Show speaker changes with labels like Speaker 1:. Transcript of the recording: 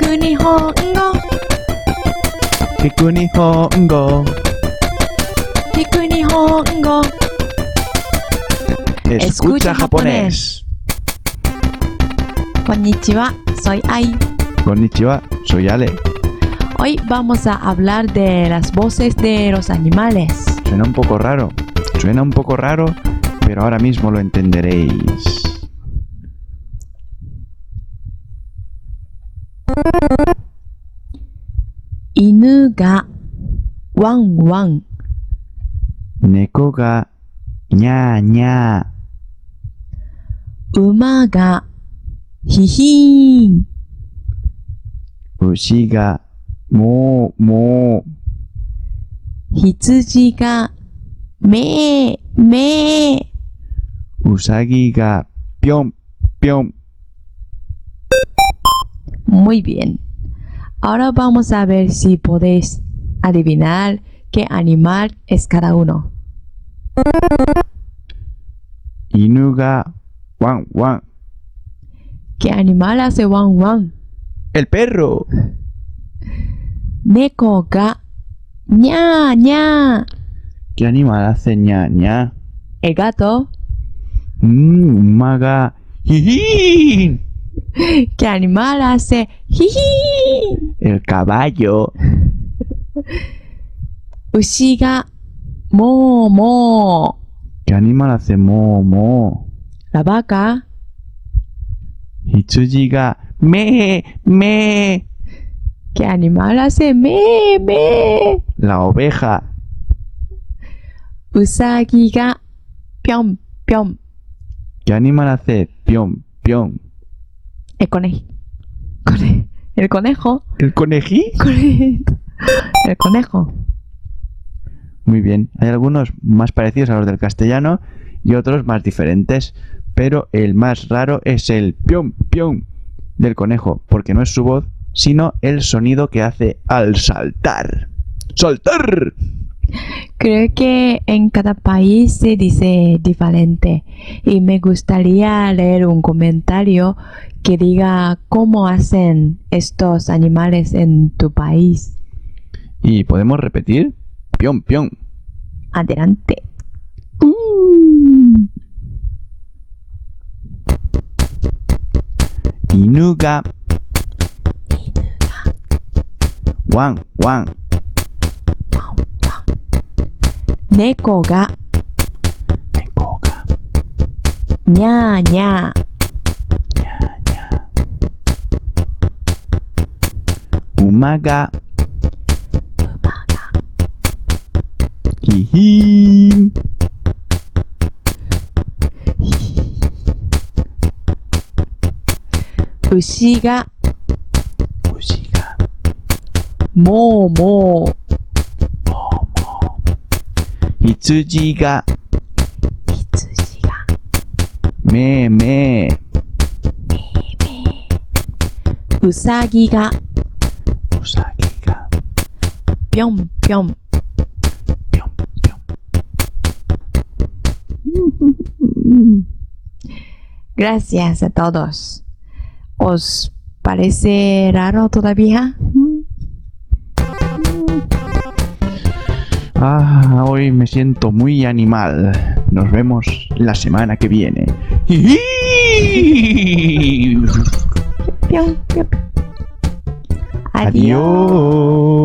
Speaker 1: く日本語
Speaker 2: 聞く日本語
Speaker 1: 聞く日本語 Escucha
Speaker 2: Escucha
Speaker 1: japonés.
Speaker 2: japonés
Speaker 1: こんにちは soy Ai
Speaker 2: Konnichiwa, soy Ale
Speaker 1: hoy vamos a hablar de las voces de los animales
Speaker 2: Suena un poco raro Suena un poco raro Pero ahora mismo lo entenderéis
Speaker 1: 犬がワンワン
Speaker 2: Neko ga ña ña
Speaker 1: 馬がヒヒーン
Speaker 2: Ushi ga mo mo
Speaker 1: 羊がめーめー
Speaker 2: Usagi ga pion pion
Speaker 1: Muy bien. Ahora vamos a ver si podéis adivinar qué animal es cada uno.
Speaker 2: Inu ga wan wan
Speaker 1: ¿Qué animal hace wan wan?
Speaker 2: El perro
Speaker 1: Neko ga ña ña.
Speaker 2: ¿Qué animal hace ña ña?
Speaker 1: El gato.
Speaker 2: Mmm, umaga jijin.
Speaker 1: ¿Qué animal hace jiji?
Speaker 2: El caballo
Speaker 1: Ushi ga mo mo.
Speaker 2: ¿Qué animal hace mo mo?
Speaker 1: La vaca.
Speaker 2: 羊が、めー、め
Speaker 1: ¿Qué animal hace me me?
Speaker 2: ー。La oveja,
Speaker 1: Usagi ga piom piom.
Speaker 2: ¿qué animal hace? Pion, pion.
Speaker 1: El conejo. Cone- El conejo.
Speaker 2: ¿El conejí?
Speaker 1: Correcto. El conejo.
Speaker 2: Muy bien, hay algunos más parecidos a los del castellano y otros más diferentes, pero el más raro es el pion, pion del conejo, porque no es su voz, sino el sonido que hace al saltar. ¡Saltar!
Speaker 1: Creo que en cada país se dice diferente y me gustaría leer un comentario que diga cómo hacen estos animales en tu país.
Speaker 2: ¿Y podemos repetir? Pion, pion.
Speaker 1: Adelante.
Speaker 2: Inu ga. Wan, wan.
Speaker 1: Neko ga
Speaker 2: Neko ga.
Speaker 1: ña ña.
Speaker 2: Umaga. Jijim.
Speaker 1: Ushi ga
Speaker 2: Ushiga.
Speaker 1: mo mo.
Speaker 2: Hitsuji ga.
Speaker 1: Hitsushi ga
Speaker 2: Me, me.
Speaker 1: usagi ga
Speaker 2: Usagi ga.
Speaker 1: piom piom.
Speaker 2: Pion, pion.
Speaker 1: Gracias a todos. ¿Os parece raro todavía?
Speaker 2: Ah, hoy me siento muy animal. Nos vemos la semana que viene. Jijim.
Speaker 1: Pion, pion, pion. Adiós.
Speaker 2: Adiós.